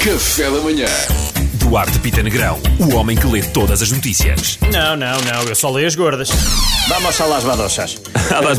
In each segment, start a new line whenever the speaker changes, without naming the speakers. Café da Manhã.
Duarte Pita Negrão, o homem que lê todas as notícias.
Não, não, não, eu só leio as gordas. Vamos a las badochas.
Alas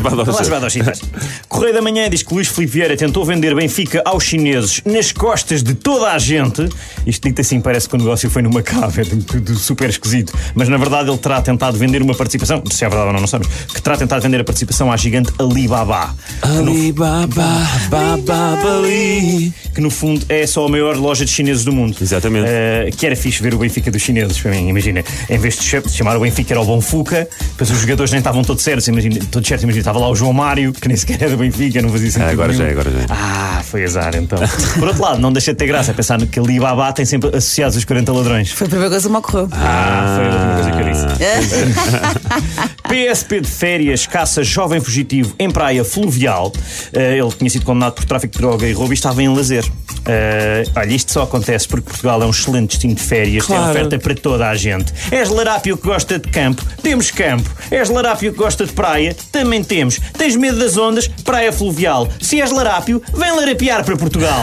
Las
Badochas.
badocitas. Correio da Manhã diz que Luís Filipe Vieira tentou vender Benfica aos chineses nas costas de toda a gente. Isto dito assim parece que o negócio foi numa cave, é tudo super esquisito. Mas na verdade ele terá tentado vender uma participação, se é verdade ou não, não sabemos, que terá tentado vender a participação à gigante Alibaba.
Alibaba, bababali.
que no fundo é só a maior loja de chineses do mundo.
Exatamente.
Eh, que era fixe ver o Benfica dos chineses para mim, imagina. Em vez de ch- de chamar o Benfica era o Bonfuca, depois os jogadores nem estavam todos certos, imagina, todos certos, imagina, estava lá o João Mário, que nem sequer era do Benfica, não fazia sentido.
Ah, agora já,
nenhum.
agora já.
Ah, foi azar então. Por outro lado, não deixa de ter graça é pensar no que ali Babá tem sempre associados os 40 ladrões.
Foi a primeira coisa que me ocorreu.
Ah, foi a última coisa que eu disse. é. PSP de férias caça jovem fugitivo em praia fluvial. Eh, ele tinha sido condenado por tráfico de droga e roubo e estava em lazer. Eh, olha, isto só acontece porque Portugal é um excelente destino de férias,
Claro.
tem oferta para toda a gente. És larápio que gosta de campo, temos campo. És larápio que gosta de praia, também temos. Tens medo das ondas, praia fluvial. Se és larápio, vem larapiar para Portugal.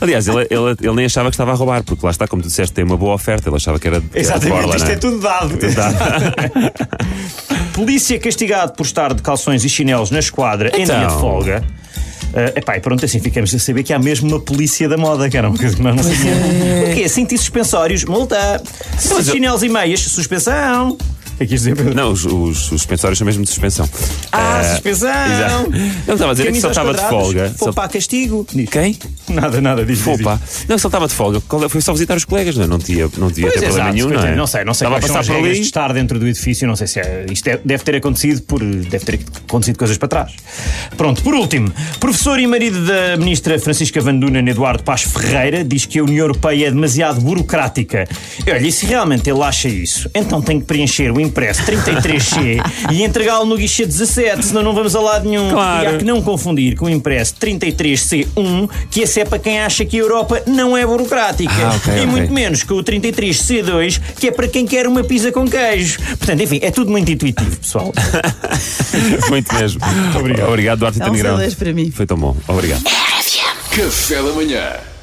Aliás, ele, ele- ele nem achava que estava a roubar, porque lá está, como tu disseste, tem uma boa oferta. Ele achava que era, que era de borla,
Exatamente, isto
não
é tudo dado. Polícia castigado por estar de calções e chinelos na esquadra em
Então.
dia de folga. Uh, epá, e pronto, assim ficamos a saber que há mesmo uma polícia da moda, que era uma coisa que nós não sabíamos. O quê? Cinto e suspensórios, multa.
Mas eu-
chinelos e meias, suspensão. O que é que isto dizer, Pedro?
Não, os, os, os suspensórios são mesmo de suspensão.
Ah,
Eh,
suspensão!
exato. Não estava a dizer é que só
Camisas
estava de
quadradas,
folga. Só-
Foi para castigo. Diz.
Quem?
Nada, nada, diz diz, diz.
Opa. Não, só estava de folga. Qual- Foi só visitar os colegas, não, é? não tinha, não tinha
Pois,
ter problema
exato,
nenhum, não é?
não sei, não sei
Estava a
quais são
passar
as
por
regras
ali.
de estar dentro do edifício, não sei se é, isto é- deve ter acontecido por deve ter acontecido coisas para trás. Pronto, por último, professor e marido da ministra Francisca Van Dunen, Eduardo Paz Ferreira, diz que a União Europeia é demasiado burocrática. Olha, e se realmente ele acha isso, então tem que preencher o impresso 33C e entregá-lo no guichê 17, senão não vamos a lado nenhum.
Claro.
E há que não confundir com o impresso 33C1, que esse é para quem acha que a Europa não é burocrática.
Ah, ok,
e
ok.
muito menos que o 33C2, que é para quem quer uma pizza com queijo. Portanto, enfim, é tudo muito intuitivo, pessoal.
Muito mesmo. Obrigado. Duarte
É um
Tanigrão.
saudade para mim.
Foi tão bom. Obrigado.
Café da Manhã.